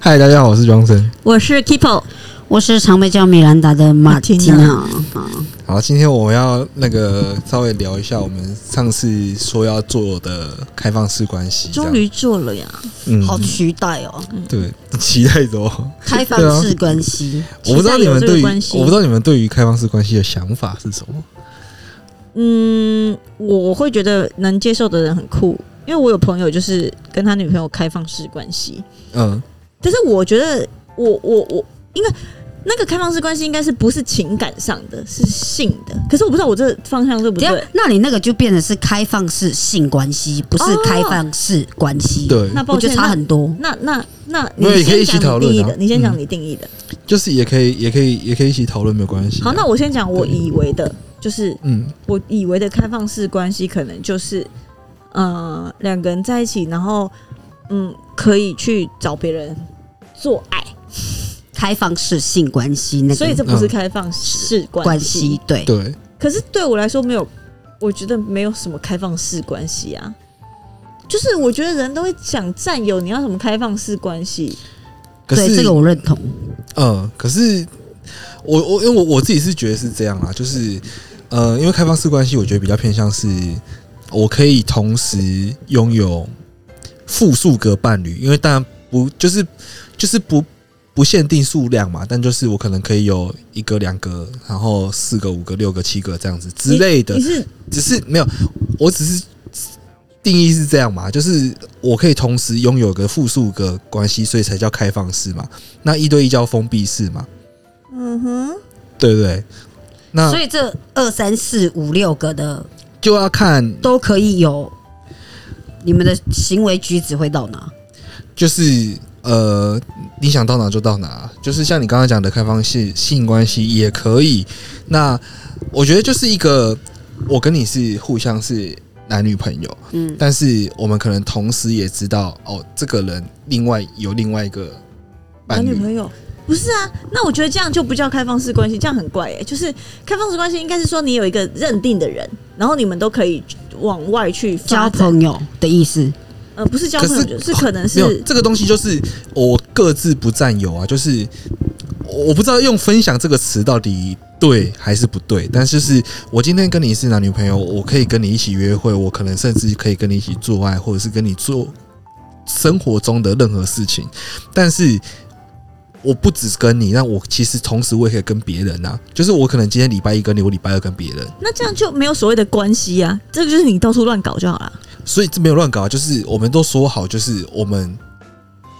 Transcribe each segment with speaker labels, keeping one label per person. Speaker 1: 嗨，大家好，我是庄生。
Speaker 2: 我是 Kipo，
Speaker 3: 我是常被叫米兰达的马蒂娜啊，
Speaker 1: 好，今天我们要那个稍微聊一下我们上次说要做的开放式关系，这样
Speaker 2: 终于做了呀！
Speaker 1: 嗯
Speaker 3: 好期待哦！
Speaker 1: 对，期待着哦。
Speaker 3: 开放式关系，
Speaker 1: 我不知道你们
Speaker 2: 期待有这
Speaker 1: 对
Speaker 2: 个
Speaker 1: 于
Speaker 2: 关系
Speaker 1: 我不知道你们对于开放式关系的想法是什么？
Speaker 2: 嗯，我会觉得能接受的人很酷，因为我有朋友就是跟他女朋友开放式关系，
Speaker 1: 嗯，
Speaker 2: 但是我觉得我我我应该那个开放式关系应该是不是情感上的，是性的。可是我不知道我这方向对不
Speaker 3: 啊等一
Speaker 2: 对
Speaker 3: 下，，那你那个就变成是开放式性关系，不是开放式关系。，
Speaker 1: 对，
Speaker 2: 嗯那抱
Speaker 3: 我觉
Speaker 2: 歉，
Speaker 3: 得差很多。
Speaker 2: 那那那
Speaker 1: 没有
Speaker 2: 你
Speaker 1: 也可以
Speaker 2: 先
Speaker 1: 一起
Speaker 2: 讲
Speaker 1: 讨
Speaker 2: 你
Speaker 1: 论
Speaker 2: 定义
Speaker 1: 啊
Speaker 2: 的，你先讲
Speaker 1: 嗯
Speaker 2: 你定义的。
Speaker 1: 就是也可以，也可以，也可以一起讨论，没有关系。啊
Speaker 2: 好，那我先讲我以为的，就是
Speaker 1: 嗯
Speaker 2: 我以为的开放式关系，可能就是呃两个人在一起，然后嗯可以去找别人做爱，
Speaker 3: 开放式性关系那个嗯
Speaker 2: 所以这不是开放式
Speaker 3: 关
Speaker 2: 关系。
Speaker 3: 系，对，
Speaker 1: 对，
Speaker 2: 可是对我来说，没有，我觉得没有什么开放式关系啊。就是我觉得人都会想占有，你要什么开放式关系？
Speaker 1: 可
Speaker 3: 对
Speaker 1: 是
Speaker 3: 这个我认同。
Speaker 1: 嗯，可是我我因为我我自己是觉得是这样啦，就是呃，因为开放式关系，我觉得比较偏向是我可以同时拥有复数个伴侣，因为当然不就是就是不不限定数量嘛，但就是我可能可以有一个、两个，然后四个、五个、六个、七个这样子之类的
Speaker 2: 你。是
Speaker 1: 只是没有，我只是定义是这样嘛，就是我可以同时拥有个复数个关系，所以才叫开放式嘛。那一对一叫封闭式嘛，
Speaker 2: 嗯哼，
Speaker 1: 对不对？那
Speaker 3: 所以这二三四五六个的
Speaker 1: 就要看，
Speaker 3: 都可以有，你们的行为举止会到哪？
Speaker 1: 就是呃，你想到哪就到哪，就是像你刚刚讲的开放性性关系也可以。那我觉得就是一个，我跟你是互相是男女朋友，
Speaker 3: 嗯，
Speaker 1: 但是我们可能同时也知道，哦，这个人另外有另外一个伴
Speaker 2: 男
Speaker 1: 侣
Speaker 2: 女，朋友不是啊？那我觉得这样就不叫开放式关系，这样很怪哎、就是开放式关系应该是说你有一个认定的人，然后你们都可以往外去
Speaker 3: 交
Speaker 2: 发展，
Speaker 3: 朋友的意思，
Speaker 2: 呃，不是交朋友，
Speaker 1: 可是啊哦
Speaker 2: 就是可能
Speaker 1: 没有
Speaker 2: 是
Speaker 1: 这个东西，就是我各自不占有啊，就是我我不知道用“分享”这个词到底对还是不对，但是是我今天跟你是男女朋友，我可以跟你一起约会，我可能甚至可以跟你一起做爱，或者是跟你做生活中的任何事情，但是。我不只跟你，那我其实同时我也可以跟别人啊，就是我可能今天礼拜一跟你，我礼拜二跟别人，
Speaker 2: 那这样就没有所谓的关系啊，这个就是你到处乱搞就好了。
Speaker 1: 所以这没有乱搞啊，就是我们都说好，就是我们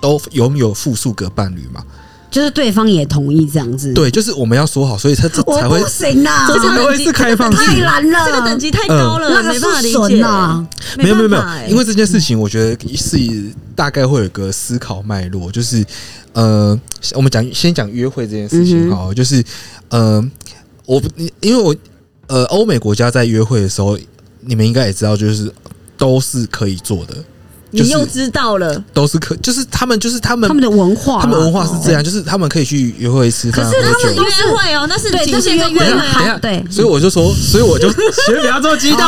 Speaker 1: 都拥有复数个伴侣嘛，
Speaker 3: 就是对方也同意这样子。，
Speaker 1: 对，就是我们要说好，所以他这
Speaker 3: 我
Speaker 1: 才会
Speaker 3: 不行啊，
Speaker 1: 这才会是开放
Speaker 3: 太
Speaker 1: 式。
Speaker 3: 难了，
Speaker 2: 这个等级太高了，
Speaker 1: 嗯
Speaker 3: 那个
Speaker 2: 嗯没办法理
Speaker 3: 是
Speaker 2: 解。
Speaker 3: 神啊，
Speaker 1: 没有没有没
Speaker 2: 办
Speaker 1: 有
Speaker 2: 法欸，
Speaker 1: 因为这件事情，我觉得是大概会有个思考脉络，就是呃，我们讲先讲约会这件事情
Speaker 3: 嗯哼
Speaker 1: 好了，就是呃，我不因为我呃，欧美国家在约会的时候，你们应该也知道，就是都是可以做的，就
Speaker 2: 你
Speaker 1: 是
Speaker 2: 又知道了，
Speaker 1: 都是可，就是他们就是他们
Speaker 3: 他们的文化啦，啊
Speaker 1: 他们文化是这样，就是他们可以去约会吃饭，
Speaker 3: 哦可是他们
Speaker 1: 喝酒
Speaker 3: 都是
Speaker 2: 会哦，那是
Speaker 3: 对，这
Speaker 2: 仅
Speaker 3: 是
Speaker 2: 限
Speaker 3: 约
Speaker 2: 在
Speaker 1: 等
Speaker 3: 会
Speaker 1: 一
Speaker 3: 嘛
Speaker 1: 下等一下
Speaker 3: 对，
Speaker 1: 所以我就说，所以我就 先不要这么激 动。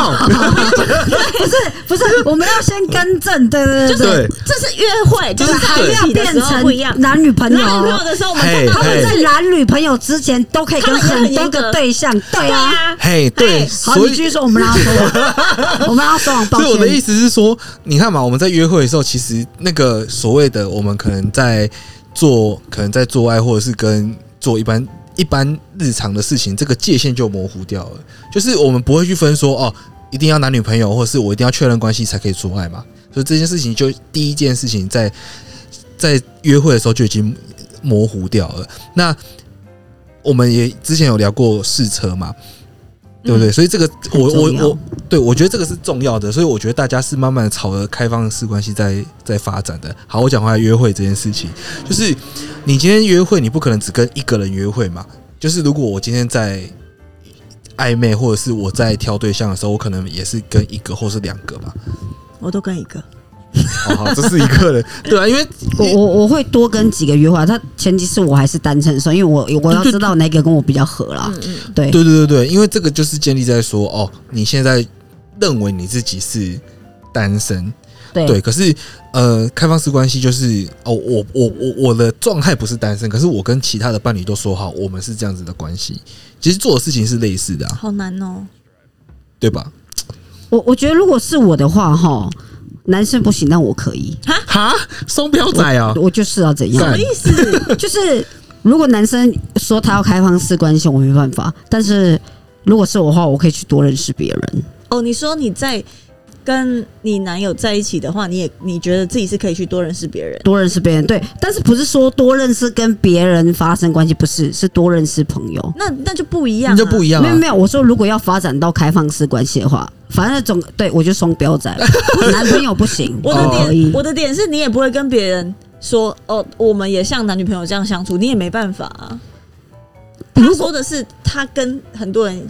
Speaker 3: 不是不是，我们要先更正，对对对，
Speaker 1: 对，
Speaker 2: 这是约会，
Speaker 1: 就
Speaker 2: 就是是在
Speaker 1: 对
Speaker 2: 一
Speaker 3: 要
Speaker 2: 起的
Speaker 3: 变
Speaker 2: 时候不一样
Speaker 3: 成。男女朋
Speaker 2: 男
Speaker 3: 友
Speaker 2: 女朋友
Speaker 3: 哦。
Speaker 2: 的时候，我们
Speaker 1: 嘿
Speaker 2: 看到
Speaker 3: 他们
Speaker 1: 嘿
Speaker 3: 在男女朋友之前都可以跟很多个对象，对
Speaker 2: 对
Speaker 3: 啊。
Speaker 2: 啊，
Speaker 1: 嘿，对，
Speaker 2: 嘿
Speaker 3: 好，
Speaker 1: 所
Speaker 3: 你继
Speaker 1: 以
Speaker 3: 续说，我们拉说 完，我们拉说完，抱
Speaker 1: 所以我的意
Speaker 3: 歉。
Speaker 1: 思是说，你看嘛，我们在约会的时候，其实那个所谓的我们可能在做，可能在做爱，或者是跟做一般一般日常的事情，这个界限就模糊掉了。就是我们不会去分说哦，一定要男女朋友，或者是我一定要确认关系才可以做爱嘛。所以这件事情就第一件事情在在约会的时候就已经模糊掉了。那我们也之前有聊过试车嘛，对不对？所以这个我
Speaker 3: 嗯很重
Speaker 1: 我
Speaker 3: 要
Speaker 1: 我对我觉得这个是重要的，所以我觉得大家是慢慢朝着开放式关系在在发展的。好，我讲回来约会这件事情，就是你今天约会，你不可能只跟一个人约会嘛。就是如果我今天在暧昧，或者是我在挑对象的时候，我可能也是跟一个或是两个嘛。
Speaker 2: 我都跟一个，
Speaker 1: 哦，好，这是一个人，对啊，因为
Speaker 3: 我我我会多跟几个约会啊，他前提是我还是单身的时候，因为我我要知道哪个跟我比较合啦。
Speaker 2: 嗯
Speaker 3: 对，
Speaker 1: 对对对对，因为这个就是建立在说哦，你现在认为你自己是单身，
Speaker 3: 对
Speaker 1: 对。可是呃，开放式关系就是哦，我我我我的状态不是单身，可是我跟其他的伴侣都说好，我们是这样子的关系。其实做的事情是类似的啊，
Speaker 2: 好难哦。
Speaker 1: 对吧？
Speaker 3: 我我觉得如果是我的话，哈，男生不行，但我可以，
Speaker 1: 哈，双标仔啊，
Speaker 3: 我就是要怎
Speaker 1: 干
Speaker 3: 样，
Speaker 2: 什么意思？啊
Speaker 3: 就是如果男生说他要开放式关系，我没办法，但是如果是我的话，我可以去多认识别人。
Speaker 2: 哦，你说你在跟你男友在一起的话，你也你觉得自己是可以去多认识别人，
Speaker 3: 多认识别人，对，但是不是说多认识跟别人发生关系，不是，是多认识朋友。
Speaker 2: 那那就不一样、啊，
Speaker 1: 你就不一样
Speaker 3: 没有
Speaker 1: 啊
Speaker 3: 没。有，我说如果要发展到开放式关系的话，反正总对我就双 标仔，男朋友不行，
Speaker 2: 我的
Speaker 1: 哦
Speaker 3: 可以
Speaker 2: 点，我的点是你也不会跟别人说哦，我们也像男女朋友这样相处，你也没办法啊。他
Speaker 3: 如果
Speaker 2: 说的是他跟很多人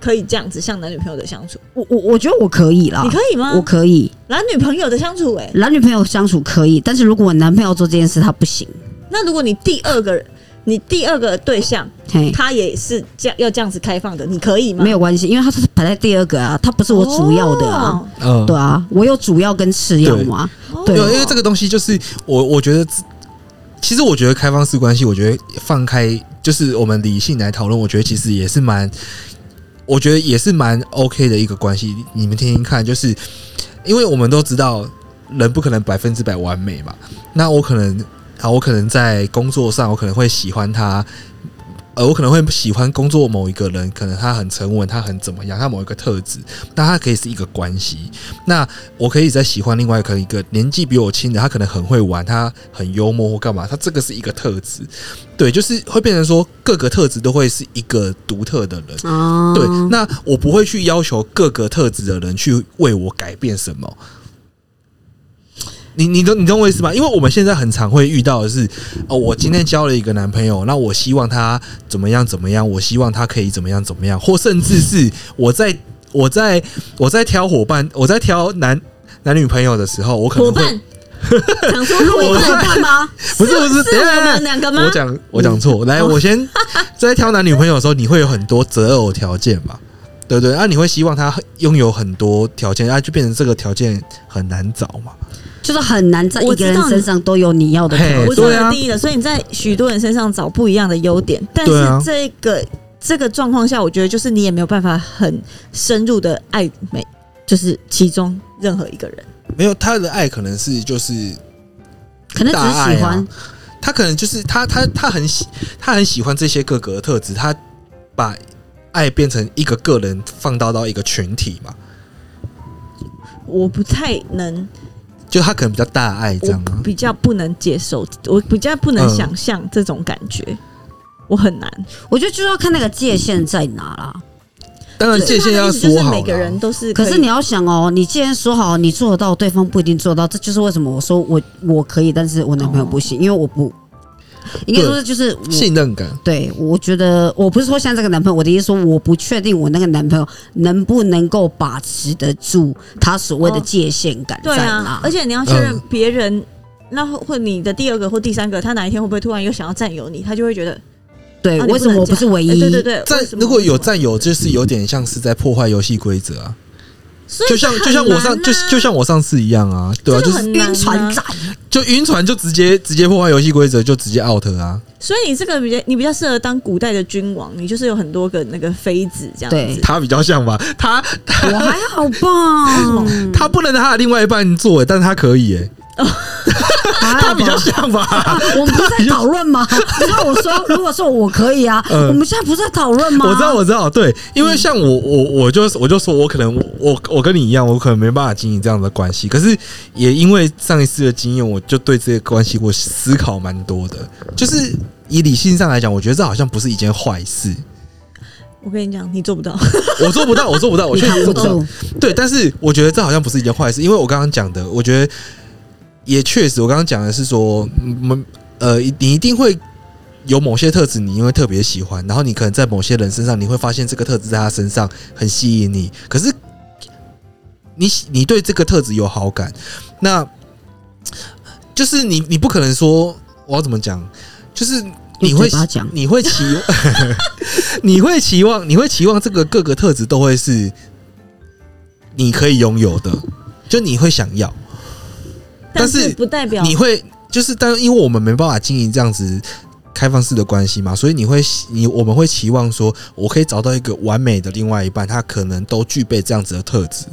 Speaker 2: 可以这样子像男女朋友的相处，
Speaker 3: 我我我觉得我可以啦
Speaker 2: 你，可以吗
Speaker 3: 啊我？可以
Speaker 2: 男女朋友的相处、欸，
Speaker 3: 男女朋友相处可以，但是如果我男朋友做这件事他不行，
Speaker 2: 那如果你第二个人，你第二个对象
Speaker 3: 嘿，
Speaker 2: 他也是这样要这样子开放的，你可以吗？
Speaker 3: 嗯没有关系，因为他是排在第二个啊，他不是我主要的啊，
Speaker 1: 嗯，
Speaker 3: 对啊，我有主要跟次要嘛，
Speaker 2: 哦，
Speaker 3: 对
Speaker 1: 没
Speaker 2: 哦
Speaker 1: 有，因为这个东西就是我，我觉得，其实我觉得开放式关系，我觉得放开就是我们理性来讨论，我觉得其实也是蛮，我觉得也是蛮 OK 的一个关系。你们听听看，就是因为我们都知道人不可能百分之百完美嘛，那我可能啊，我可能在工作上，我可能会喜欢他。呃，我可能会喜欢工作某一个人，可能他很沉稳，他很怎么样，他某一个特质，那他可以是一个关系。那我可以再喜欢另外可能一个年纪比我轻的，他可能很会玩，他很幽默或干嘛，他这个是一个特质，对，就是会变成说各个特质都会是一个独特的人。
Speaker 2: 哦
Speaker 3: 啊，
Speaker 1: 对，那我不会去要求各个特质的人去为我改变什么。你你懂你懂我意思吗？因为我们现在很常会遇到的是，哦，我今天交了一个男朋友，那我希望他怎么样怎么样，我希望他可以怎么样怎么样，或甚至是我在我在我在挑伙伴，我在挑男男女朋友的时候，我可
Speaker 2: 伙
Speaker 1: 能会
Speaker 2: 伴，想说伙
Speaker 1: 我
Speaker 2: 伴
Speaker 3: 干嘛？
Speaker 1: 不是不是，
Speaker 2: 是
Speaker 1: 等一下
Speaker 2: 我们
Speaker 1: 等一下
Speaker 2: 两个吗嗯哦
Speaker 1: 我讲我讲错，来，我 先在挑男女朋友的时候，你会有很多择偶条件嘛？对不对？啊，你会希望他拥有很多条件，啊，就变成这个条件很难找嘛？
Speaker 3: 就是很难在一个人身上都有你要的特
Speaker 1: 嘿
Speaker 2: 我
Speaker 3: 质。
Speaker 2: 觉
Speaker 1: 对
Speaker 2: 得
Speaker 1: 啊
Speaker 2: 第一了，所以你在许多人身上找不一样的优点，但是
Speaker 1: 对啊
Speaker 2: 这个、这个状况下，我觉得就是你也没有办法很深入的爱每，就是其中任何一个人。
Speaker 1: 没有，他的爱可能是就是
Speaker 3: 可能只
Speaker 1: 大
Speaker 3: 是
Speaker 1: 爱
Speaker 3: 喜欢
Speaker 1: 啊，，他可能就是他他他很喜他很喜欢这些各个的特质，他把爱变成一个个人放大到一个群体嘛，
Speaker 2: 我不太能，
Speaker 1: 就他可能比较大爱这样
Speaker 2: 我
Speaker 1: 啊。
Speaker 2: 比较不能接受，我比较不能
Speaker 1: 嗯
Speaker 2: 想象这种感觉，我很难。
Speaker 3: 我觉得就是要看那个界限在哪啦。
Speaker 1: 当然界限要说
Speaker 2: 就是
Speaker 1: 好
Speaker 2: 每个人
Speaker 1: 了，啊
Speaker 2: 都是以，
Speaker 3: 可是你要想哦，你既然说好你做得到，对方不一定做得到，这就是为什么我说我我可以，但是我男朋友不行，因为我不应该说就是我
Speaker 1: 信任感。
Speaker 3: 对，我觉得我不是说像这个男朋友，我的意思说我不确定我那个男朋友能不能够把持得住他所谓的界限感
Speaker 2: 对
Speaker 3: 在
Speaker 2: 啊
Speaker 3: 哪，，
Speaker 2: 而且你要确认
Speaker 1: 嗯
Speaker 2: 别人，那或或你的第二个或第三个，他哪一天会不会突然又想要占有你，他就会觉得，
Speaker 3: 对，
Speaker 2: 啊你
Speaker 3: 为什么我不
Speaker 2: 能这
Speaker 3: 是
Speaker 2: 样
Speaker 3: 唯一？
Speaker 2: 哎对对对，
Speaker 1: 占
Speaker 2: 为什么
Speaker 1: 如果有占有，就是有点像是在破坏游戏规则啊，
Speaker 2: 所 以
Speaker 1: 就像
Speaker 2: 这
Speaker 1: 就像
Speaker 2: 很难
Speaker 1: 我上
Speaker 2: 啊
Speaker 1: 就就像我上次一样啊，对啊，
Speaker 2: 这
Speaker 1: 就
Speaker 2: 就是很难啊
Speaker 3: 晕船仔，
Speaker 1: 就晕船就直接直接破坏游戏规则，就直接 out 啊，
Speaker 2: 所以你这个比较，你比较适合当古代的君王，你就是有很多个那个妃子这样子
Speaker 3: 对。
Speaker 1: 他比较像吧，他
Speaker 3: 我还好吧，
Speaker 2: 嗯
Speaker 1: 他不能让他的另外一半做、但是他可以、欸，
Speaker 3: 他
Speaker 1: 他比较像吧，
Speaker 3: 啊我们不是在讨论吗？你知道我 说，如果说我可以啊，
Speaker 1: 嗯
Speaker 3: 我们现在不是在讨论吗？
Speaker 1: 我知道我知道，对，因
Speaker 2: 嗯
Speaker 1: 为像我我我就我就说我可能我我跟你一样，我可能没办法经营这样的关系，可是也因为上一次的经验，我就对这个关系我思考蛮多的，就是以理性上来讲，我觉得这好像不是一件坏事。
Speaker 2: 我跟你讲，你做不 到。
Speaker 1: 我做不到，我做不到，我
Speaker 3: 你
Speaker 1: 确
Speaker 3: 扛
Speaker 1: 实
Speaker 3: 不
Speaker 1: 做不到
Speaker 3: 住。，
Speaker 1: 对，但是我觉得这好像不是一件坏事，因为我刚刚讲的，我觉得也确实，我刚刚讲的是说，嗯，呃，你一定会有某些特质，你因为特别喜欢，然后你可能在某些人身上，你会发现这个特质在他身上很吸引你，可是你喜你对这个特质有好感，那就是你你不可能说我要怎么讲，就是你
Speaker 3: 用
Speaker 1: 会
Speaker 3: 嘴巴讲
Speaker 1: 你会期 你会期望你会期望这个各个特质都会是你可以拥有的，就你会想要，但
Speaker 2: 但
Speaker 1: 是
Speaker 2: 不代表
Speaker 1: 你会就是，但因为我们没办法经营这样子开放式的关系嘛，所以你会你我们会期望说，我可以找到一个完美的另外一半，他可能都具备这样子的特质。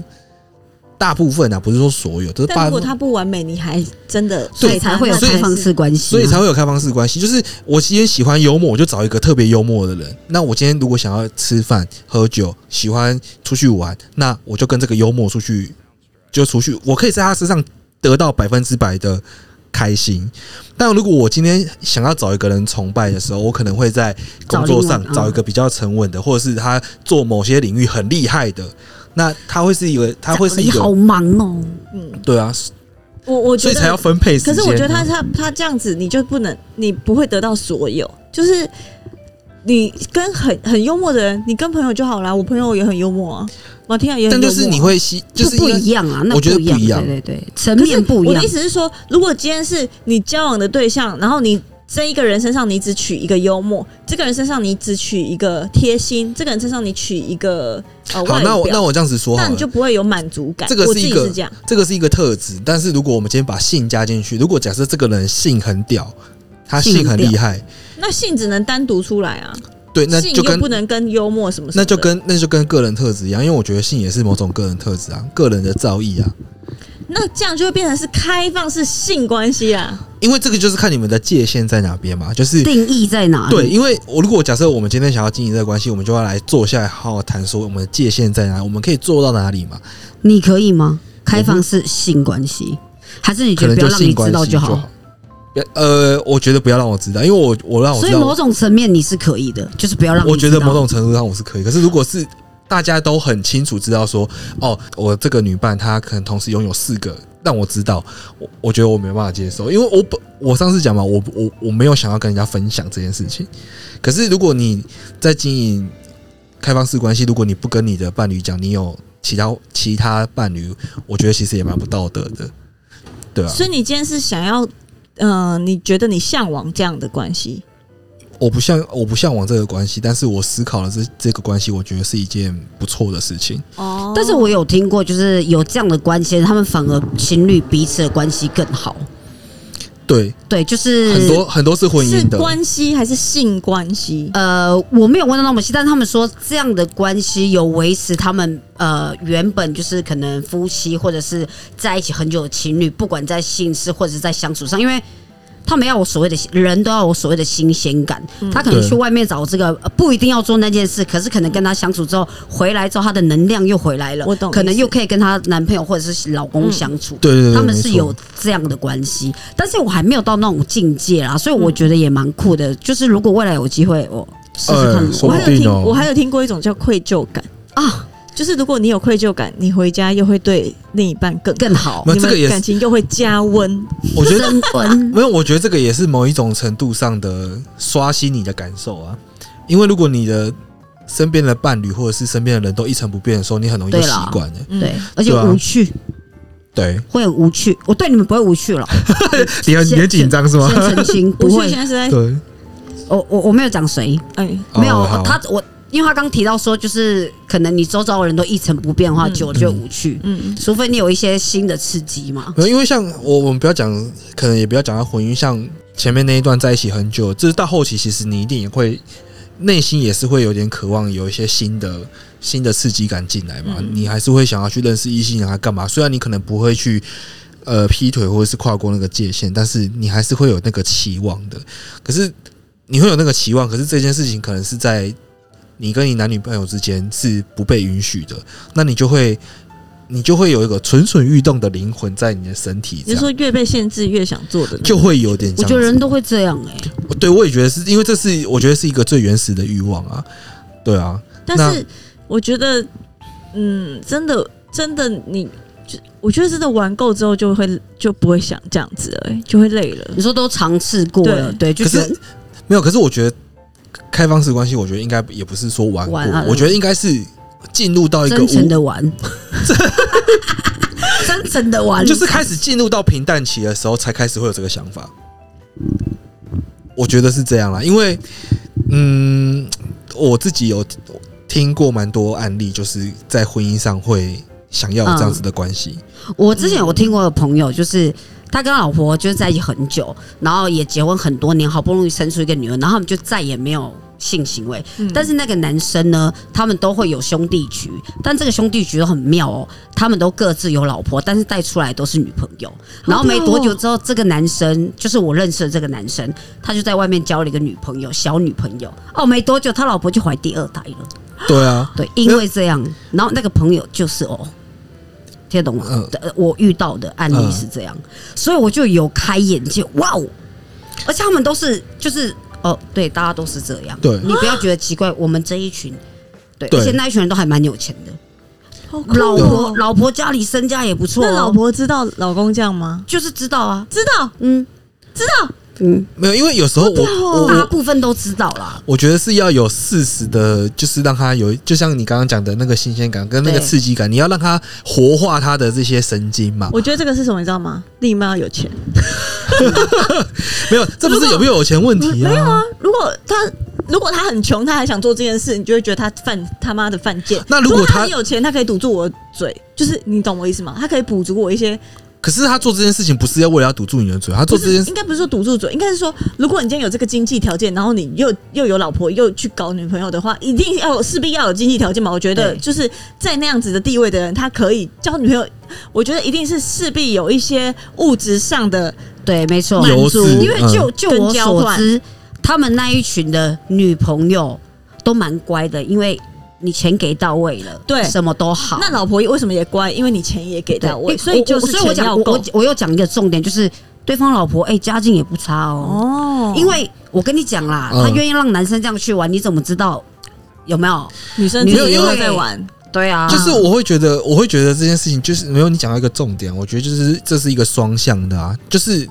Speaker 1: 大部分啊，不是说所有，都是
Speaker 2: 但
Speaker 1: 大
Speaker 2: 如
Speaker 1: 部
Speaker 2: 果
Speaker 1: 分。
Speaker 2: 他不完美，你还真的
Speaker 3: 所以才会有
Speaker 2: 所以
Speaker 3: 开放式关系啊，
Speaker 1: 所以才会有开放式关系。就是我今天喜欢幽默，我就找一个特别幽默的人。那我今天如果想要吃饭、喝酒，喜欢出去玩，那我就跟这个幽默出去，就出去。我可以在他身上得到百分之百的开心。但如果我今天想要找一个人崇拜的时候，我可能会在工作
Speaker 3: 找
Speaker 1: 上
Speaker 3: 另外嗯
Speaker 1: 找一个比较沉稳的，或者是他做某些领域很厉害的。那他会是一个，他会是一
Speaker 3: 你好
Speaker 1: 个，
Speaker 3: 忙哦，
Speaker 2: 嗯，
Speaker 1: 对啊，
Speaker 2: 我我
Speaker 1: 所
Speaker 2: 觉
Speaker 1: 以才要
Speaker 2: 得，
Speaker 1: 分配时
Speaker 2: 可
Speaker 1: 间。
Speaker 2: 是我觉得他他他这样子，你就不能，你不会得到所有，就是。你跟很很幽默的人，你跟朋友就好啦。我朋友也很幽默啊，马天雅也很
Speaker 1: 但
Speaker 2: 幽默、啊。
Speaker 1: 就是你会吸，就是
Speaker 3: 不
Speaker 1: 应该
Speaker 3: 一样啊，那
Speaker 1: 我觉得
Speaker 3: 不一样，
Speaker 1: 不一样
Speaker 3: 对对对，层
Speaker 2: 可
Speaker 3: 面
Speaker 2: 是
Speaker 3: 不一
Speaker 2: 我
Speaker 3: 样
Speaker 2: 的意。思是说，如果今天是你交往的对象，然后你这一个人身上你只取一个幽默，这个人身上你只取一个贴心，这个人身上你取一个呃
Speaker 1: 好，
Speaker 2: 外
Speaker 1: 那
Speaker 2: 表，
Speaker 1: 我那我这样子说好
Speaker 2: 那
Speaker 1: 了
Speaker 2: 你就，不会有满足感。
Speaker 1: 这个
Speaker 2: 我
Speaker 1: 是
Speaker 2: 自
Speaker 1: 一
Speaker 2: 己
Speaker 1: 个
Speaker 2: 是这样，
Speaker 1: 这个是一个特质，但是如果我们今天把性加进去，如果假设这个人性很屌，他性
Speaker 3: 性
Speaker 1: 很
Speaker 3: 很
Speaker 1: 厉害，
Speaker 2: 那性只能单独出来啊，
Speaker 1: 对，那
Speaker 2: 性
Speaker 1: 就
Speaker 2: 又
Speaker 1: 跟
Speaker 2: 不能跟幽默什么什么的
Speaker 1: 那就跟那就跟个人特质一样，因为我觉得性也是某种个人特质啊，个人的造诣啊，
Speaker 2: 那这样就会变成是开放式性关系啊。
Speaker 1: 因为这个就是看你们的界限在哪边嘛，就是。
Speaker 3: 定义在哪里？
Speaker 1: 对，因为我如果假设我们今天想要经营这个关系，我们就要来坐下来好好谈，说我们的界限在哪，我们可以做到哪里嘛？
Speaker 3: 你可以吗？开放式性关系，还是你
Speaker 1: 可能
Speaker 3: 觉得不要
Speaker 1: 就
Speaker 3: 让
Speaker 1: 性
Speaker 3: 你
Speaker 1: 关
Speaker 3: 知
Speaker 1: 系
Speaker 3: 道
Speaker 1: 就
Speaker 3: 好？。
Speaker 1: 不要呃，我觉得不要让我知道，因为我我让我
Speaker 3: 所
Speaker 1: 知
Speaker 3: 以
Speaker 1: 道，
Speaker 3: 某种层面你是可以的，就是不要让
Speaker 1: 我
Speaker 3: 你
Speaker 1: 觉
Speaker 3: 知
Speaker 1: 得
Speaker 3: 道
Speaker 1: 某种程度上我是可以，可是如果是大家都很清楚知道说，哦，我这个女伴她可能同时拥有四个，让我知道，我我觉得我没办法接受，因为我本我上次讲嘛，我我我没有想要跟人家分享这件事情。可是如果你在经营开放式关系，如果你不跟你的伴侣讲你有其他其他伴侣，我觉得其实也蛮不道德的，对啊，
Speaker 2: 所以你今天是想要，嗯、你觉得你向往这样的关系？
Speaker 1: 我不向我不向往这个关系，但是我思考了这这个关系，我觉得是一件不错的事情。
Speaker 2: 哦
Speaker 3: 但是我有听过，就是有这样的关系，他们反而情侣彼此的关系更好。
Speaker 1: 对，
Speaker 3: 对，就是
Speaker 1: 很多很多是婚姻
Speaker 2: 是
Speaker 1: 的，
Speaker 2: 关系还是性关系？
Speaker 3: 呃，我没有问到那么细，但他们说这样的关系有维持他们呃原本就是可能夫妻或者是在一起很久的情侣，不管在性事或者是在相处上，因为。他们要我所谓的人都要我所谓的新鲜感，他可能
Speaker 1: 对
Speaker 3: 去外面找这个、呃不一定要做那件事，可是可能跟他相处之后，回来之后他的能量又回来了，
Speaker 2: 我懂
Speaker 3: 可能
Speaker 2: 意思
Speaker 3: 又可以跟他男朋友或者是老公
Speaker 2: 嗯
Speaker 3: 相处，
Speaker 1: 对对对，
Speaker 3: 他们
Speaker 1: 没
Speaker 3: 是
Speaker 1: 错
Speaker 3: 有这样的关系，但是我还没有到那种境界啦，所以我觉得也蛮酷的。就是如果未来有机会，我试试
Speaker 1: 哎
Speaker 3: 看
Speaker 1: 说
Speaker 2: 我
Speaker 1: 不
Speaker 2: 还有
Speaker 1: 定
Speaker 2: 听，
Speaker 1: 哦
Speaker 2: 我还有听过一种叫愧疚感，
Speaker 3: 啊，
Speaker 2: 就是如果你有愧疚感，你回家又会对另一半更
Speaker 3: 更好
Speaker 1: 没。有
Speaker 2: 你
Speaker 1: 这个也
Speaker 2: 们
Speaker 1: 是
Speaker 2: 感情又会加温。
Speaker 1: 我觉得嗯
Speaker 3: 升温，
Speaker 1: 没有，我觉得这个也是某一种程度上的刷新你的感受啊。因为如果你的身边的伴侣或者是身边的人都一成不变的时候，你很容易就
Speaker 3: 对
Speaker 1: 习
Speaker 3: 啦
Speaker 1: 惯了。
Speaker 2: 嗯
Speaker 3: 对，，而且
Speaker 1: 对啊
Speaker 3: 无趣，
Speaker 1: 对，
Speaker 3: 会很无趣。我对你们不会无趣 了，
Speaker 1: 你很
Speaker 3: 先
Speaker 1: 你很紧张是吗？
Speaker 3: 先澄清，
Speaker 2: 我
Speaker 3: 不
Speaker 2: 去现
Speaker 3: 会。
Speaker 2: 在是在
Speaker 1: 对，
Speaker 3: 我我我没有讲谁，
Speaker 2: 哎，
Speaker 3: 没有
Speaker 1: 哦好
Speaker 3: 他我，因为他刚提到说，就是可能你周遭的人都一成不变的话，久了就会无趣，
Speaker 2: 嗯，
Speaker 3: 除非你有一些新的刺激嘛。
Speaker 1: 没有因为像我我们不要讲，可能也不要讲到婚姻，像前面那一段在一起很久，就是到后期，其实你一定也会内心也是会有点渴望有一些新的新的刺激感进来嘛，
Speaker 2: 嗯
Speaker 1: 你还是会想要去认识异性人啊，干嘛？虽然你可能不会去。呃，劈腿或者是跨过那个界限，但是你还是会有那个期望的。可是你会有那个期望，可是这件事情可能是在你跟你男女朋友之间是不被允许的，那你就会你就会有一个蠢蠢欲动的灵魂在你的身体，
Speaker 2: 你
Speaker 1: 这
Speaker 2: 是
Speaker 1: 样
Speaker 2: 说越被限制越想做的那种，
Speaker 1: 就会有点这
Speaker 3: 我
Speaker 1: 样
Speaker 3: 觉
Speaker 1: 子。
Speaker 3: 得人都会这样哎、
Speaker 1: 对我也觉得是因为这是我觉得是一个最原始的欲望啊，对啊，
Speaker 2: 但是我觉得，嗯，真的真的你。就我觉得真的玩够之后就会就不会想这样子了、哎就会累了。
Speaker 3: 你说都尝试过了，对，就
Speaker 1: 可
Speaker 3: 觉
Speaker 1: 是
Speaker 3: 得
Speaker 1: 没有，可是我觉得开放式关系，我觉得应该也不是说玩过，
Speaker 3: 玩啊
Speaker 1: 我觉得应该是进入哦到一个
Speaker 3: 真诚
Speaker 1: 无。
Speaker 3: 的玩，真诚的玩，
Speaker 1: 就是开始进入到平淡期的时候，才开始会有这个想法。我觉得是这样啦，因为嗯，我自己有听过蛮多案例，就是在婚姻上会想要有这样子的关系。
Speaker 3: 我之前有听过的朋友，就是他跟老婆就是在一起很久，然后也结婚很多年，好不容易生出一个女儿，然后他们就再也没有性行为。
Speaker 1: 嗯
Speaker 3: 但是那个男生呢，他们都会有兄弟局，但这个兄弟局都很妙哦，他们都各自有老婆，但是带出来都是女朋友。
Speaker 1: 哦
Speaker 3: 然后没多久之后，这个男生就是我认识的这个男生，他就在外面交了一个女朋友，小女朋友。哦，没多久他老婆就怀第二胎了。
Speaker 1: 对啊，
Speaker 3: 对，因为这样，然后那个朋友就是哦，听得懂吗？
Speaker 1: 嗯
Speaker 3: 呃我遇到的案例是这样，所以我就有开眼界，哇哦！而且他们都是就是哦，对，大家都是这样，
Speaker 1: 对
Speaker 3: 你不要觉得奇怪，我们这一群。对，
Speaker 1: 对
Speaker 3: 而且那一群人都还蛮有钱的，
Speaker 2: 好酷哦
Speaker 3: 老婆老婆家里身家也不错、哦，
Speaker 2: 那老婆知道老公这样吗？
Speaker 3: 就是知道啊，
Speaker 2: 知道，
Speaker 3: 嗯
Speaker 2: 知道，
Speaker 3: 嗯，
Speaker 1: 没有，因为有时候我我
Speaker 3: 大
Speaker 1: 我
Speaker 3: 部分都知道啦，
Speaker 1: 我觉得是要有事实的，就是让他有，就像你刚刚讲的那个新鲜感跟那个
Speaker 3: 对
Speaker 1: 刺激感，你要让他活化他的这些神经嘛。
Speaker 2: 我觉得这个是什么，你知道吗？另一半要有钱。
Speaker 1: 没有，这不是有没有有钱问题啊？没有啊。
Speaker 2: 如果他如果他很穷，他还想做这件事，你就会觉得他犯他妈的犯贱。
Speaker 1: 那如果
Speaker 2: 他
Speaker 1: 他
Speaker 2: 很有钱，他可以堵住我的嘴，就是你懂我意思吗？他可以补足我一些，
Speaker 1: 可是他做这件事情不是要为了要堵住你的嘴，他
Speaker 2: 不
Speaker 1: 做这
Speaker 2: 是
Speaker 1: 件事
Speaker 2: 应该不是说堵住嘴，应该是说，如果你今天有这个经济条件，然后你又又有老婆，又去搞女朋友的话，一定要有势必要有经济条件嘛。我觉得
Speaker 3: 对
Speaker 2: 就是在那样子的地位的人，他可以交女朋友，我觉得一定是势必有一些物质上的
Speaker 3: 对，没错，
Speaker 1: 油脂，嗯
Speaker 3: 因为就就
Speaker 2: 跟
Speaker 3: 我
Speaker 2: 交
Speaker 3: 所
Speaker 2: 换
Speaker 3: 知，他们那一群的女朋友都蛮乖的，因为你钱给到位了，
Speaker 2: 对
Speaker 3: 什么都好。
Speaker 2: 那老婆为什么也乖？因为你钱也给
Speaker 3: 对
Speaker 2: 到位，
Speaker 3: 因为
Speaker 2: 所以就是
Speaker 3: 我所以我
Speaker 2: 钱
Speaker 3: 讲
Speaker 2: 要
Speaker 3: 我
Speaker 2: 够
Speaker 3: 我我又讲一个重点，就是对方老婆哎、家境也不差哦，
Speaker 2: 哦
Speaker 3: 因为我跟你讲啦，
Speaker 1: 嗯
Speaker 3: 他愿意让男生这样去玩，你怎么知道有没有？
Speaker 2: 女生
Speaker 3: 没
Speaker 2: 自
Speaker 3: 有
Speaker 2: 己
Speaker 3: 因
Speaker 2: 又
Speaker 3: 为
Speaker 2: 在玩，
Speaker 3: 对啊，
Speaker 1: 就是我会觉得，我会觉得这件事情就是没有你讲到一个重点，我觉得就是这是一个双向的啊，就是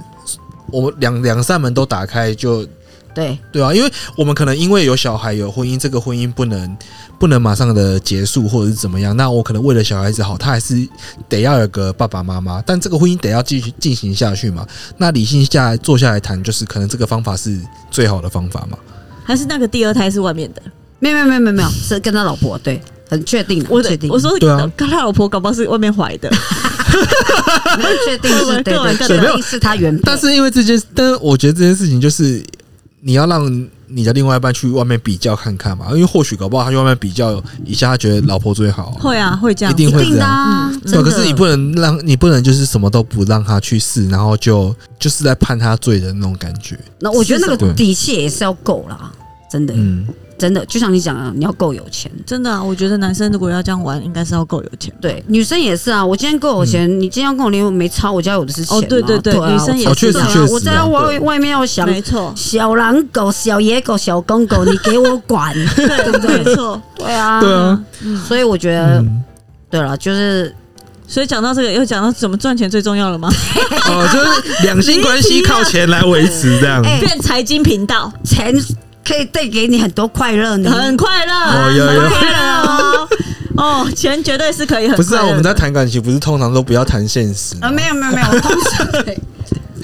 Speaker 1: 我们两两扇门都打开就
Speaker 3: 对
Speaker 1: 对啊，因为我们可能因为有小孩有婚姻，这个婚姻不能不能马上的结束或者是怎么样，那我可能为了小孩子好，他还是得要有个爸爸妈妈，但这个婚姻得要继续进行下去嘛，那理性下来坐下来谈，就是可能这个方法是最好的方法嘛，
Speaker 2: 还是那个第二胎是外面的？
Speaker 3: 没有没有没有没有没有，是跟他老婆对，很确定的，
Speaker 2: 我
Speaker 3: 确定，
Speaker 2: 我说
Speaker 1: 对啊
Speaker 2: 跟他老婆搞不好是外面怀的，
Speaker 3: 很确定
Speaker 2: 我
Speaker 3: 是对
Speaker 2: 我干
Speaker 3: 对，
Speaker 1: 嘛
Speaker 3: 确定是他原配，
Speaker 1: 但是因为这件，但是我觉得这件事情就是你要让你的另外一半去外面比较看看嘛，因为或许搞不好他去外面比较一下，他觉得老婆最好啊，
Speaker 2: 会啊会这样，
Speaker 1: 一定会
Speaker 3: 一定
Speaker 1: 这
Speaker 3: 的
Speaker 1: 样。
Speaker 3: 啊，真
Speaker 1: 对，
Speaker 3: 的
Speaker 1: 可是你不能让你不能就是什么都不让他去试，然后就就是在判他罪的那种感觉。
Speaker 3: 那我觉得那
Speaker 1: 是什
Speaker 3: 个
Speaker 1: 么
Speaker 3: 底气也是要够啦，真的，
Speaker 1: 嗯，
Speaker 3: 真的，就像你讲的，你要够有钱。
Speaker 2: 真的啊！我觉得男生如果要这样玩，应该是要够有钱。
Speaker 3: 对，女生也是啊。我今天够有钱，
Speaker 1: 嗯
Speaker 3: 你今天要跟我离婚没差，我家有的是钱啊、
Speaker 2: 哦对对对
Speaker 3: 啊
Speaker 2: 女生也
Speaker 1: 是哦确实
Speaker 3: 对啊
Speaker 1: 确实啊
Speaker 3: 我在外外面要想
Speaker 2: 没 错，
Speaker 3: 小狼狗、小野狗、小公狗，你给我 管，对不
Speaker 2: 没
Speaker 3: 对？
Speaker 2: 错。
Speaker 3: 对啊，
Speaker 1: 对啊，
Speaker 3: 所以我觉
Speaker 2: 呃
Speaker 3: 得，
Speaker 1: 嗯，
Speaker 3: 对了，就是
Speaker 2: 所以讲到这个，又讲到怎么赚钱最重要了吗？
Speaker 1: 哦，就是两性关系靠钱来维持这样。
Speaker 3: 哎
Speaker 2: 变财经频道，
Speaker 3: 钱可以带给你很多快乐呢。
Speaker 2: 很快乐，
Speaker 1: 哦有有
Speaker 2: 很快乐哦。哦，钱绝对是可以很
Speaker 1: 不是啊，
Speaker 2: 快乐的
Speaker 1: 我们在谈感情，不是通常都不要谈现实吗
Speaker 3: 啊，没有没有没有，我通常对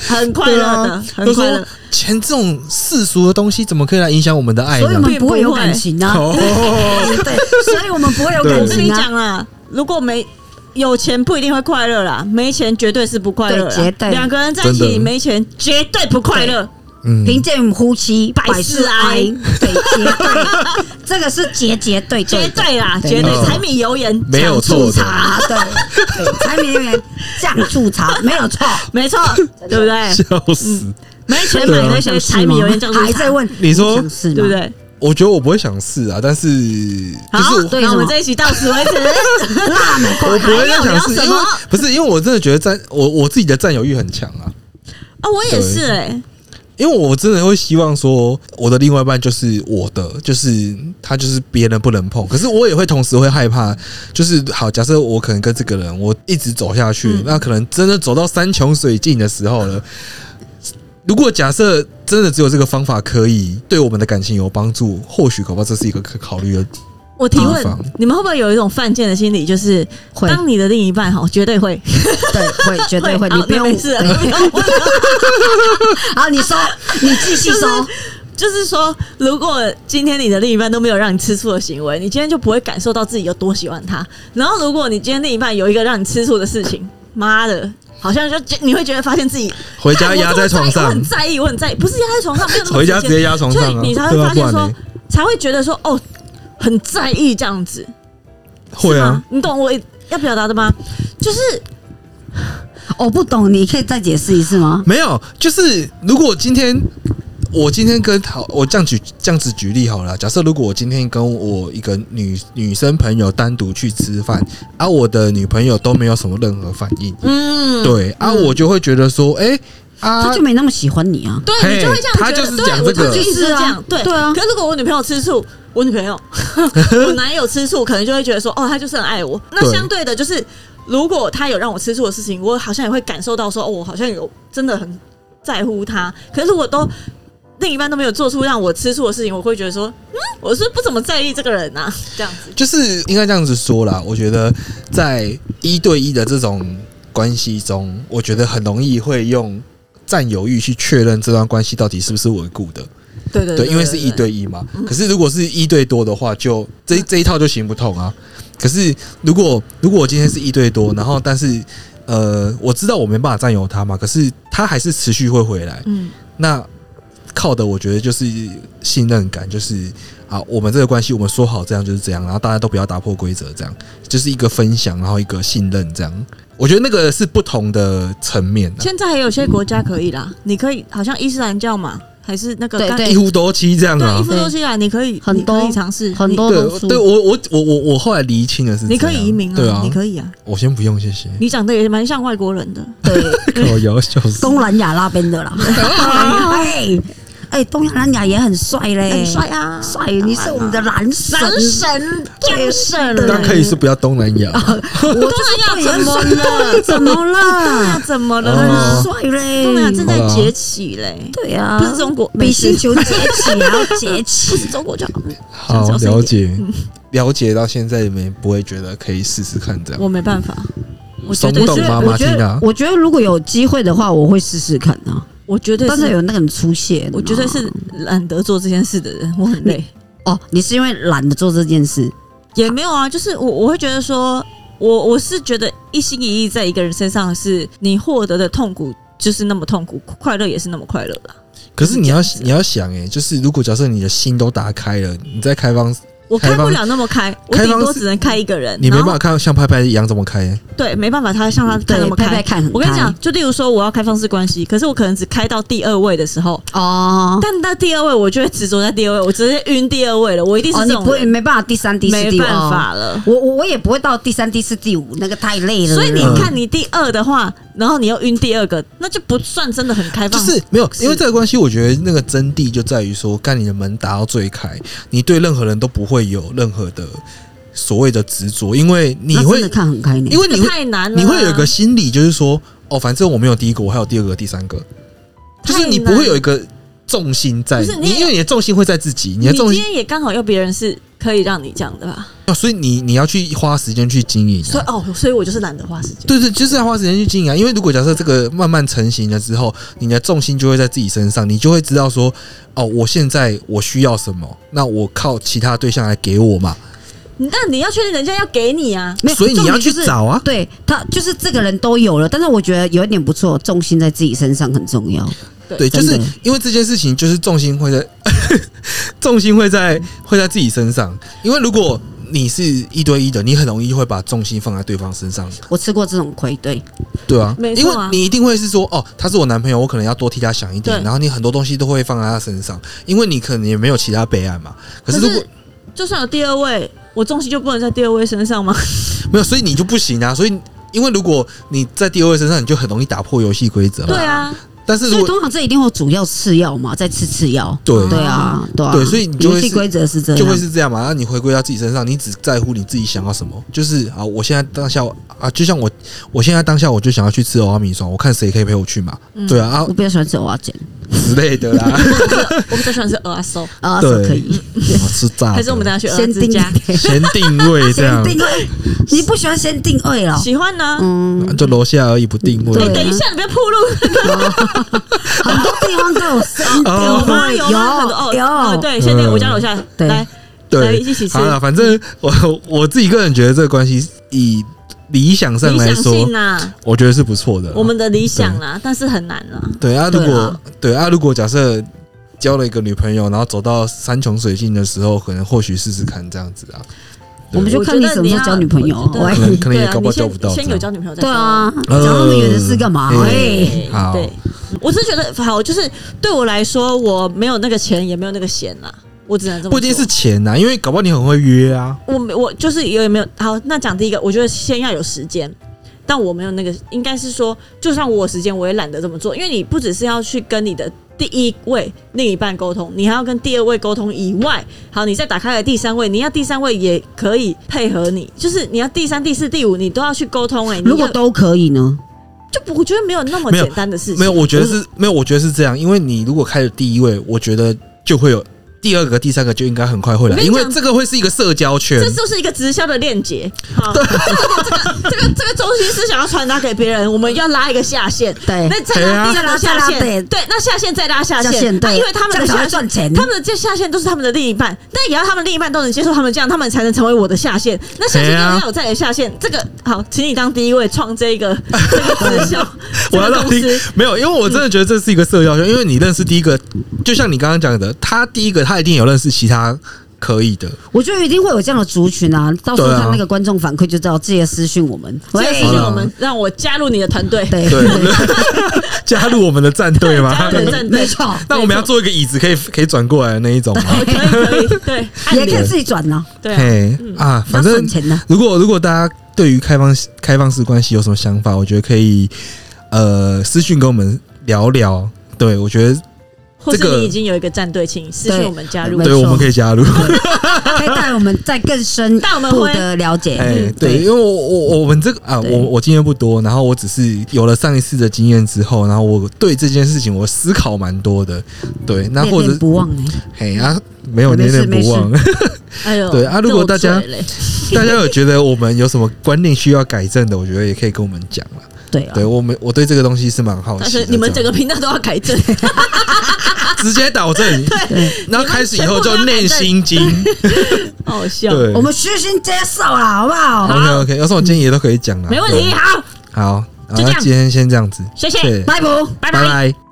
Speaker 2: 很快
Speaker 1: 对
Speaker 2: 乐的
Speaker 1: 啊，，
Speaker 2: 很
Speaker 1: 就
Speaker 2: 快
Speaker 1: 说
Speaker 2: 乐。
Speaker 1: 钱这种世俗的东西，怎么可以来影响我们的爱
Speaker 3: 所以我
Speaker 1: 呢？
Speaker 3: 们不会有感情啊。
Speaker 1: 哦，
Speaker 3: 对，所以我们不会有
Speaker 1: 对
Speaker 3: 感
Speaker 2: 我跟你
Speaker 3: 情啊。
Speaker 2: 讲啦，如果没有钱不一定会快乐啦，没钱绝对是不快乐啦。
Speaker 3: 对绝对
Speaker 2: 两个人在一
Speaker 1: 真
Speaker 2: 起
Speaker 1: 的
Speaker 2: 没钱绝对不快乐。
Speaker 1: 嗯
Speaker 3: 贫贱夫妻
Speaker 2: 百
Speaker 3: 百
Speaker 2: 事
Speaker 3: 事
Speaker 2: 哀
Speaker 3: 哀，对，绝对，这个是节节对
Speaker 2: 绝
Speaker 3: 对的，
Speaker 2: 对啦，
Speaker 3: 对
Speaker 2: 绝对
Speaker 1: 嗯
Speaker 2: 柴米油盐
Speaker 1: 没有错
Speaker 2: 酱醋
Speaker 1: 的
Speaker 2: 茶，
Speaker 3: 茶对，对，柴米油盐酱醋 茶没有错，
Speaker 2: 没错，对不 对？
Speaker 1: 笑
Speaker 2: 嗯
Speaker 1: 死！
Speaker 2: 没钱买那些柴米油盐酱醋
Speaker 3: 还
Speaker 2: 茶
Speaker 3: 在，问，
Speaker 1: 你说
Speaker 3: 想是吗
Speaker 2: 对不？对？
Speaker 1: 我觉得我不会想试啊，但是就
Speaker 2: 好
Speaker 1: 是我，
Speaker 3: 对
Speaker 2: 那我
Speaker 3: 什
Speaker 2: 们
Speaker 3: 么
Speaker 2: 这一期到此为 止。
Speaker 3: 辣美
Speaker 1: 我
Speaker 3: 国
Speaker 1: 不会再
Speaker 2: 啊还有
Speaker 1: 想试，
Speaker 2: 聊什
Speaker 1: 因为
Speaker 2: 么
Speaker 1: 不是因为我真的觉得占我我自己的占有欲很强啊，
Speaker 2: 啊，我也是哎，
Speaker 1: 因为我真的会希望说我的另外一半就是我的，就是他就是别人不能碰，可是我也会同时会害怕，就是好，假设我可能跟这个人我一直走下
Speaker 2: 嗯
Speaker 1: 去，那可能真的走到山穷水尽的时候了。如果假设真的只有这个方法可以对我们的感情有帮助，或许搞不好这是一个可考虑的
Speaker 2: 我提问
Speaker 1: 提防，
Speaker 2: 你们会不会有一种犯贱的心理，就是
Speaker 3: 会
Speaker 2: 当你的另一半哈，绝对会，
Speaker 3: 对会绝对会，
Speaker 2: 好
Speaker 3: 你不
Speaker 2: 那
Speaker 3: 用
Speaker 2: 没事了，
Speaker 3: 对
Speaker 2: 不用问了
Speaker 3: 好，你说，你继续
Speaker 2: 就是
Speaker 3: 说，
Speaker 2: 就是说，如果今天你的另一半都没有让你吃醋的行为，你今天就不会感受到自己有多喜欢他。然后，如果你今天另一半有一个让你吃醋的事情，妈的，好像就你会觉得发现自己
Speaker 1: 回家压在床
Speaker 2: 哎我
Speaker 1: 上，
Speaker 2: 很在意，我很在意，不是压在床上，没有那 么
Speaker 1: 回家直接压床
Speaker 2: 所以
Speaker 1: 上啊，
Speaker 2: 你才会
Speaker 1: 对啊不
Speaker 2: 发现
Speaker 1: 然
Speaker 2: 说
Speaker 1: 呢，
Speaker 2: 才会觉得说，哦，很在意这样子，
Speaker 1: 会
Speaker 2: 是
Speaker 1: 啊
Speaker 2: 吗，你懂我要表达的吗？就是
Speaker 3: 我不懂，你可以再解释一次吗？
Speaker 1: 没有，就是如果今天我今天跟好，我这样举这样子举例好了啦。假设如果我今天跟我一个女女生朋友单独去吃饭，啊，我的女朋友都没有什么任何反应，
Speaker 2: 嗯，
Speaker 1: 对，啊，我就会觉得说，哎、啊
Speaker 3: 他就，没那么喜欢你啊。
Speaker 2: 对，你就会
Speaker 1: 嘿
Speaker 2: 这样觉得，
Speaker 1: 他就是讲这个
Speaker 2: 对我就一直
Speaker 3: 是
Speaker 2: 这
Speaker 3: 啊
Speaker 2: 样，对
Speaker 3: 对啊
Speaker 2: 可是如果我女朋友吃醋，我女朋友 我男友吃醋，可能就会觉得说，哦，他就是很爱我。那
Speaker 1: 对
Speaker 2: 相对的，就是如果他有让我吃醋的事情，我好像也会感受到说，哦，我好像有真的很在乎他。可是如果都另一半都没有做出让我吃醋的事情，我会觉得说，嗯，我是不怎么在意这个人呐、这样子。
Speaker 1: 就是应该这样子说啦。我觉得在一对一的这种关系中，我觉得很容易会用占有欲去确认这段关系到底是不是稳固的。
Speaker 2: 对对
Speaker 1: 对，因为是一对嗯一嘛。可是如果是一对多的话，就这这一套就行不通啊。可是如果如果我今天是一对多，然后但是呃，我知道我没办法占有他嘛，可是他还是持续会回来。
Speaker 2: 嗯，
Speaker 1: 那靠的我觉得就是信任感，就是啊，我们这个关系我们说好这样就是这样，然后大家都不要打破规则，这样就是一个分享，然后一个信任这样。我觉得那个是不同的层面、啊，
Speaker 2: 现在还有些国家可以啦，你可以好像伊斯兰教嘛，还是那个
Speaker 3: 对
Speaker 2: 干
Speaker 3: 对
Speaker 1: 一夫多妻这样
Speaker 2: 对
Speaker 1: 啊
Speaker 2: 伊。夫多妻啊，你可以
Speaker 3: 很多
Speaker 2: 你可以尝试
Speaker 3: 很
Speaker 2: 你
Speaker 3: 多
Speaker 1: 对
Speaker 3: 都，输
Speaker 1: 对我我我我我后来厘清的是这样，
Speaker 2: 你可以移民
Speaker 1: 对啊，
Speaker 2: 你可以啊，
Speaker 1: 我先不用，谢谢。
Speaker 2: 你长得也蛮像外国人的。
Speaker 3: 对，
Speaker 1: 靠腰笑 死。
Speaker 3: 东南亚那边的啦。 哎哎，东南亚也很帅嘞，
Speaker 2: 很帅啊
Speaker 3: 帅！你是我们的男神，
Speaker 2: 男神
Speaker 3: 对
Speaker 2: 男神
Speaker 3: 对
Speaker 1: 那可以是不要东南亚，
Speaker 2: 哦
Speaker 3: 我就
Speaker 2: 东南
Speaker 3: 是
Speaker 2: 亚怎
Speaker 3: 对
Speaker 2: 么
Speaker 3: 很帅
Speaker 2: 了？
Speaker 3: 怎么了？嗯
Speaker 2: 怎么
Speaker 1: 哦
Speaker 3: 很
Speaker 2: 了？
Speaker 3: 帅嘞，
Speaker 2: 东南亚啊正
Speaker 1: 好
Speaker 2: 在
Speaker 1: 啦
Speaker 2: 崛起嘞，
Speaker 3: 对啊，
Speaker 2: 不是中国，
Speaker 3: 比
Speaker 2: 没
Speaker 3: 星
Speaker 2: 事，
Speaker 3: 球崛起还要崛
Speaker 2: 不
Speaker 3: 起。
Speaker 2: 是中国就好。
Speaker 1: 好
Speaker 2: 小声一
Speaker 1: 了解，嗯了解到现在你们不会觉得可以试试看这样，
Speaker 2: 我没办法，我绝
Speaker 1: 松
Speaker 2: 对
Speaker 1: 动
Speaker 2: 是，
Speaker 1: 妈
Speaker 3: 我
Speaker 1: 妈
Speaker 3: 觉
Speaker 1: 听
Speaker 3: 得
Speaker 1: 啊，，
Speaker 3: 我觉得如果有机会的话，我会试试看啊。
Speaker 2: 我绝对
Speaker 3: 但是
Speaker 2: 是，
Speaker 3: 有那个很粗线，
Speaker 2: 我绝对是懒得做这件事的人，我很累。
Speaker 3: 哦，你是因为懒得做这件事，
Speaker 2: 也没有啊，就是我我会觉得说，我我是觉得一心一意在一个人身上，是你获得的痛苦就是那么痛苦，快乐也是那么快乐啦。
Speaker 1: 可是你要你要想哎、就是如果假设你的心都打开了，你在开放，
Speaker 2: 我开
Speaker 1: 开
Speaker 2: 不
Speaker 1: 放
Speaker 2: 了那么开，我
Speaker 1: 开
Speaker 2: 顶
Speaker 1: 放
Speaker 2: 多
Speaker 1: 式
Speaker 2: 只能开一个人。
Speaker 1: 你没
Speaker 2: 然
Speaker 1: 办
Speaker 2: 后
Speaker 1: 法看像拍拍一样这么开、欸，
Speaker 2: 对，没办法，他像他开那
Speaker 3: 对，
Speaker 2: 么
Speaker 3: 拍
Speaker 2: 开。
Speaker 3: 拍看很开。
Speaker 2: 我跟你讲，就例如说我要开放式关系，可是我可能只开到第二位的时候，
Speaker 3: 哦，
Speaker 2: 但到第二位我就会执着在第二位，我直接晕第二位了，我一定是
Speaker 3: 哦，
Speaker 2: 这
Speaker 3: 你
Speaker 2: 种
Speaker 3: 不会
Speaker 2: 人，
Speaker 3: 没办法，第三、第四、
Speaker 2: 没
Speaker 3: 第五，
Speaker 2: 办
Speaker 3: 哦
Speaker 2: 法了。
Speaker 3: 我我我也不会到第三、第四、第五，那个太累了。
Speaker 2: 所以你
Speaker 1: 嗯
Speaker 2: 看，你第二的话，然后你又晕第二个，那就不算真的很开
Speaker 1: 就
Speaker 2: 放。
Speaker 1: 是没有，
Speaker 2: 是
Speaker 1: 因为这个关系，我觉得那个真谛就在于说，干你的门打到最开，你对任何人都不会有任何的所谓的执着，因为你
Speaker 3: 那真
Speaker 1: 会
Speaker 3: 的，看很开呢
Speaker 1: 因。为
Speaker 2: 这
Speaker 1: 你
Speaker 2: 个
Speaker 1: 会
Speaker 2: 太难了啊，
Speaker 1: 你会有一个心理，就是说，哦，反正我没有第一个，我还有第二个、第三个，就是你不会有一个重心在，
Speaker 2: 不是你
Speaker 1: 你因为你的重心会在自己，你的
Speaker 2: 你今
Speaker 1: 重心，哦
Speaker 2: 天也刚好要别人是可以让你这样的吧？
Speaker 1: 所以你你要去花时间去经营、
Speaker 2: 所以
Speaker 1: 啊。
Speaker 2: 哦，所以我就是懒得花时间。
Speaker 1: 对对，就是要花时间去经营啊！因为如果假设这个慢慢成型了之后，你的重心就会在自己身上，你就会知道说，哦，我现在我需要什么，那我靠其他对象来给我嘛。
Speaker 2: 那你要确定人家要给你啊，
Speaker 3: 没有
Speaker 1: 所以你要去
Speaker 3: 重点就是
Speaker 1: 找啊
Speaker 3: 对他就是这个人都有了，但是我觉得有一点不错，重心在自己身上很重要。
Speaker 1: 对，就
Speaker 3: 真的
Speaker 1: 是因为这件事情，就是重心会在 重心会在会在自己身上。因为如果你是一对一的，你很容易会把重心放在对方身上，
Speaker 3: 我吃过这种亏，对，
Speaker 1: 对啊，
Speaker 2: 没
Speaker 1: 因为
Speaker 2: 错啊
Speaker 1: 你一定会是说，哦，他是我男朋友，我可能要多替他想一点，
Speaker 2: 对
Speaker 1: 然后你很多东西都会放在他身上，因为你可能也没有其他备案嘛。可是如果
Speaker 2: 就算有第二位，我重心就不能在第二位身 上吗？
Speaker 1: 没有，所以你就不行啊。所以因为如果你在第二位身上，你就很容易打破游戏规则嘛。
Speaker 2: 对啊，
Speaker 1: 但是
Speaker 3: 所
Speaker 1: 如
Speaker 3: 以
Speaker 1: 果
Speaker 3: 通常这一定会有主要次要嘛，再吃次要。
Speaker 1: 对
Speaker 3: 对啊，对啊，
Speaker 1: 对所以你就会
Speaker 3: 游戏
Speaker 1: 是
Speaker 3: 规则是这
Speaker 2: 嗯
Speaker 3: 样，
Speaker 1: 就会是这样嘛。那你回归到自己身上，你只在乎你自己想要什么。就是啊，我现在当下啊，就像我，
Speaker 2: 嗯
Speaker 1: 我现在当下我就想要去吃欧阿米爽，我看谁可以陪我去嘛。对啊，啊
Speaker 3: 我比较喜欢吃蚵仔煎，
Speaker 1: 之类的 啦，
Speaker 2: 啊我们最喜欢吃鹅阿寿，
Speaker 3: 啊，
Speaker 1: 对
Speaker 3: 说 可以，
Speaker 1: 好吃炸的，
Speaker 2: 还是我们等下去鹅阿
Speaker 3: 先
Speaker 2: 之
Speaker 3: 定
Speaker 2: 家？
Speaker 1: 先定位这
Speaker 3: 先
Speaker 1: 样，啊
Speaker 3: 定位，你不喜欢先定位 哦？
Speaker 2: 喜欢呢？
Speaker 3: 嗯，
Speaker 1: 就楼下而已，不定
Speaker 3: 对
Speaker 2: 哎，
Speaker 1: 位。
Speaker 2: 等一下，你不要铺 路。
Speaker 3: 很多地方都有先
Speaker 1: 哦
Speaker 3: 定
Speaker 2: 有吗？
Speaker 3: 位，
Speaker 2: 有吗？很多哦
Speaker 3: 有
Speaker 2: 哦，对，先在我家楼下
Speaker 3: 对
Speaker 2: 来，来
Speaker 1: 嗯对，
Speaker 2: 一起吃
Speaker 1: 好。了，反正我我自己个人觉得这个关系，以理想上
Speaker 2: 理
Speaker 1: 来
Speaker 2: 想
Speaker 1: 说
Speaker 2: 性，啊，
Speaker 1: 我觉得是不错的啦。
Speaker 2: 我们的理想啊，但是很难啊。
Speaker 1: 对啊，如
Speaker 3: 对
Speaker 1: 果
Speaker 3: 啊
Speaker 1: 对啊，如果假设交了一个女朋友，然后走到山穷水尽的时候，可能或许试试看这样子啊。
Speaker 3: 我们就看你什么时候交女朋友
Speaker 2: 我觉得
Speaker 3: 喂
Speaker 1: 可能可能
Speaker 2: 对
Speaker 1: 也
Speaker 2: 啊，
Speaker 1: 搞不
Speaker 2: 你
Speaker 1: 好交
Speaker 2: 先
Speaker 1: 不到。
Speaker 2: 先有交女朋友再
Speaker 3: 对
Speaker 2: 说。
Speaker 3: 啊，
Speaker 1: 呃
Speaker 3: 讲那么远的事干嘛？哎
Speaker 1: 嗯
Speaker 3: 喂，
Speaker 2: 对
Speaker 1: 好
Speaker 2: 对，我是觉得好，就是对我来说，我没有那个钱，也没有那个闲啦，我只能这么
Speaker 1: 不
Speaker 2: 做。
Speaker 1: 一定是钱呐、因为搞不好你很会约啊。
Speaker 2: 我没我就是有没有好？那讲第一个，我觉得先要有时间，但我没有那个，应该是说，就算我有时间，我也懒得这么做，因为你不只是要去跟你的第一位另一半沟通，你还要跟第二位沟通以外，好，你再打开来第三位，你要第三位也可以配合你，就是你要第三、第四、第五，你都要去沟通、哎，你
Speaker 3: 如果
Speaker 2: 要
Speaker 3: 都可以呢？
Speaker 2: 就不我觉得没有那么
Speaker 1: 没有
Speaker 2: 简单的事情，
Speaker 1: 没有，我觉得是没有，我觉得是这样，因为你如果开了第一位，我觉得就会有第二个、第三个就应该很快会来，
Speaker 2: 我跟你
Speaker 1: 因为
Speaker 2: 讲
Speaker 1: 这个会是一个社交圈
Speaker 2: 这。就是一个直销的链接。好，这个这个这个这个中心思想要传达给别人，我们要拉一个下线，
Speaker 3: 对
Speaker 2: 那再拉第
Speaker 3: 对
Speaker 2: 二
Speaker 3: 啊
Speaker 2: 个下
Speaker 3: 再拉对
Speaker 2: 线，对，那下线再拉下
Speaker 3: 下线
Speaker 2: 线，
Speaker 3: 对
Speaker 2: 那因为他们的
Speaker 3: 这样才
Speaker 2: 下
Speaker 3: 会赚钱
Speaker 2: 他们的这下线都是他们的另一半，但也要他们另一半都能接受他们这样，他们才能成为我的下线。那下线
Speaker 1: 哎呀
Speaker 2: 就是要有再有下线，这个好，请你当第一位创这个这个直销，
Speaker 1: 我要
Speaker 2: 这个
Speaker 1: 让
Speaker 2: 公
Speaker 1: 听
Speaker 2: 司。
Speaker 1: 没有，因为我真的觉得这是一个社交圈，因为你认识第一个，就像你刚刚讲的，他第一个他一定有认识其他可以的，
Speaker 3: 我觉得一定会有这样的族群啊，到时候
Speaker 1: 对啊
Speaker 3: 看那个观众反馈就知道，记得私讯我们。
Speaker 2: 谢谢
Speaker 3: 喂，
Speaker 2: 我们，让我加入你的团队，
Speaker 3: 对
Speaker 1: 对，加入我们的战队
Speaker 2: 加
Speaker 1: 吗
Speaker 2: 入？你的战队哦
Speaker 3: 没错
Speaker 1: 那我们要做一个椅子，可以可以转过来的那一种吗？
Speaker 2: 可以可以，对，按
Speaker 3: 也
Speaker 2: 理
Speaker 3: 可以自己转呢，
Speaker 2: 对啊。
Speaker 1: 嘿啊，反
Speaker 3: 嗯要
Speaker 1: 正
Speaker 3: 省钱呢。
Speaker 1: 如果如果大家对于开放开放式关系有什么想法，我觉得可以呃私讯跟我们聊聊。对，我觉得
Speaker 2: 或是
Speaker 1: 这个
Speaker 2: 你已经有一个战队，请私信我们加入
Speaker 3: 没。
Speaker 1: 对
Speaker 3: 错
Speaker 1: 我们可以加入。
Speaker 3: 可以带我们再更深
Speaker 2: 带我们
Speaker 3: 步
Speaker 2: 会
Speaker 3: 的了解。
Speaker 1: 哎
Speaker 3: 嗯，
Speaker 1: 对，因为我我我们这个啊，
Speaker 3: 对
Speaker 1: 我我经验不多，然后我只是有了上一次的经验之后，然后我对这件事情我思考蛮多的。对，那
Speaker 3: 念
Speaker 1: 或者
Speaker 3: 念不忘哎，
Speaker 1: 嘿啊，没有
Speaker 3: 没
Speaker 1: 念
Speaker 3: 事
Speaker 1: 念
Speaker 3: 没
Speaker 1: 不
Speaker 3: 事
Speaker 1: 忘。
Speaker 2: 哎呦，
Speaker 1: 对啊如果大家哦
Speaker 2: 漏嘴嘞
Speaker 1: 大家有觉得我们有什么观念需要改正的，我觉得也可以跟我们讲了。
Speaker 3: 对啊
Speaker 1: 对，我们我对这个东西是蛮好
Speaker 2: 但
Speaker 1: 奇的
Speaker 2: 是
Speaker 1: 这样。
Speaker 2: 你们整个啊频道都要改 正，
Speaker 1: 直接导正， 然后开始以后就念心经。
Speaker 2: 好好笑。
Speaker 1: 对啊
Speaker 3: 我们虚心接受啦，好不好？
Speaker 1: ，OK OK，有什么建议也都可以讲啦，啊
Speaker 2: 没问题，
Speaker 1: 对。
Speaker 2: 好，
Speaker 1: 好，好
Speaker 2: 就这样
Speaker 1: 那今天先这样子，
Speaker 2: 谢谢
Speaker 1: 对
Speaker 3: 拜拜。
Speaker 2: 拜
Speaker 1: 拜
Speaker 2: 拜。
Speaker 1: 拜。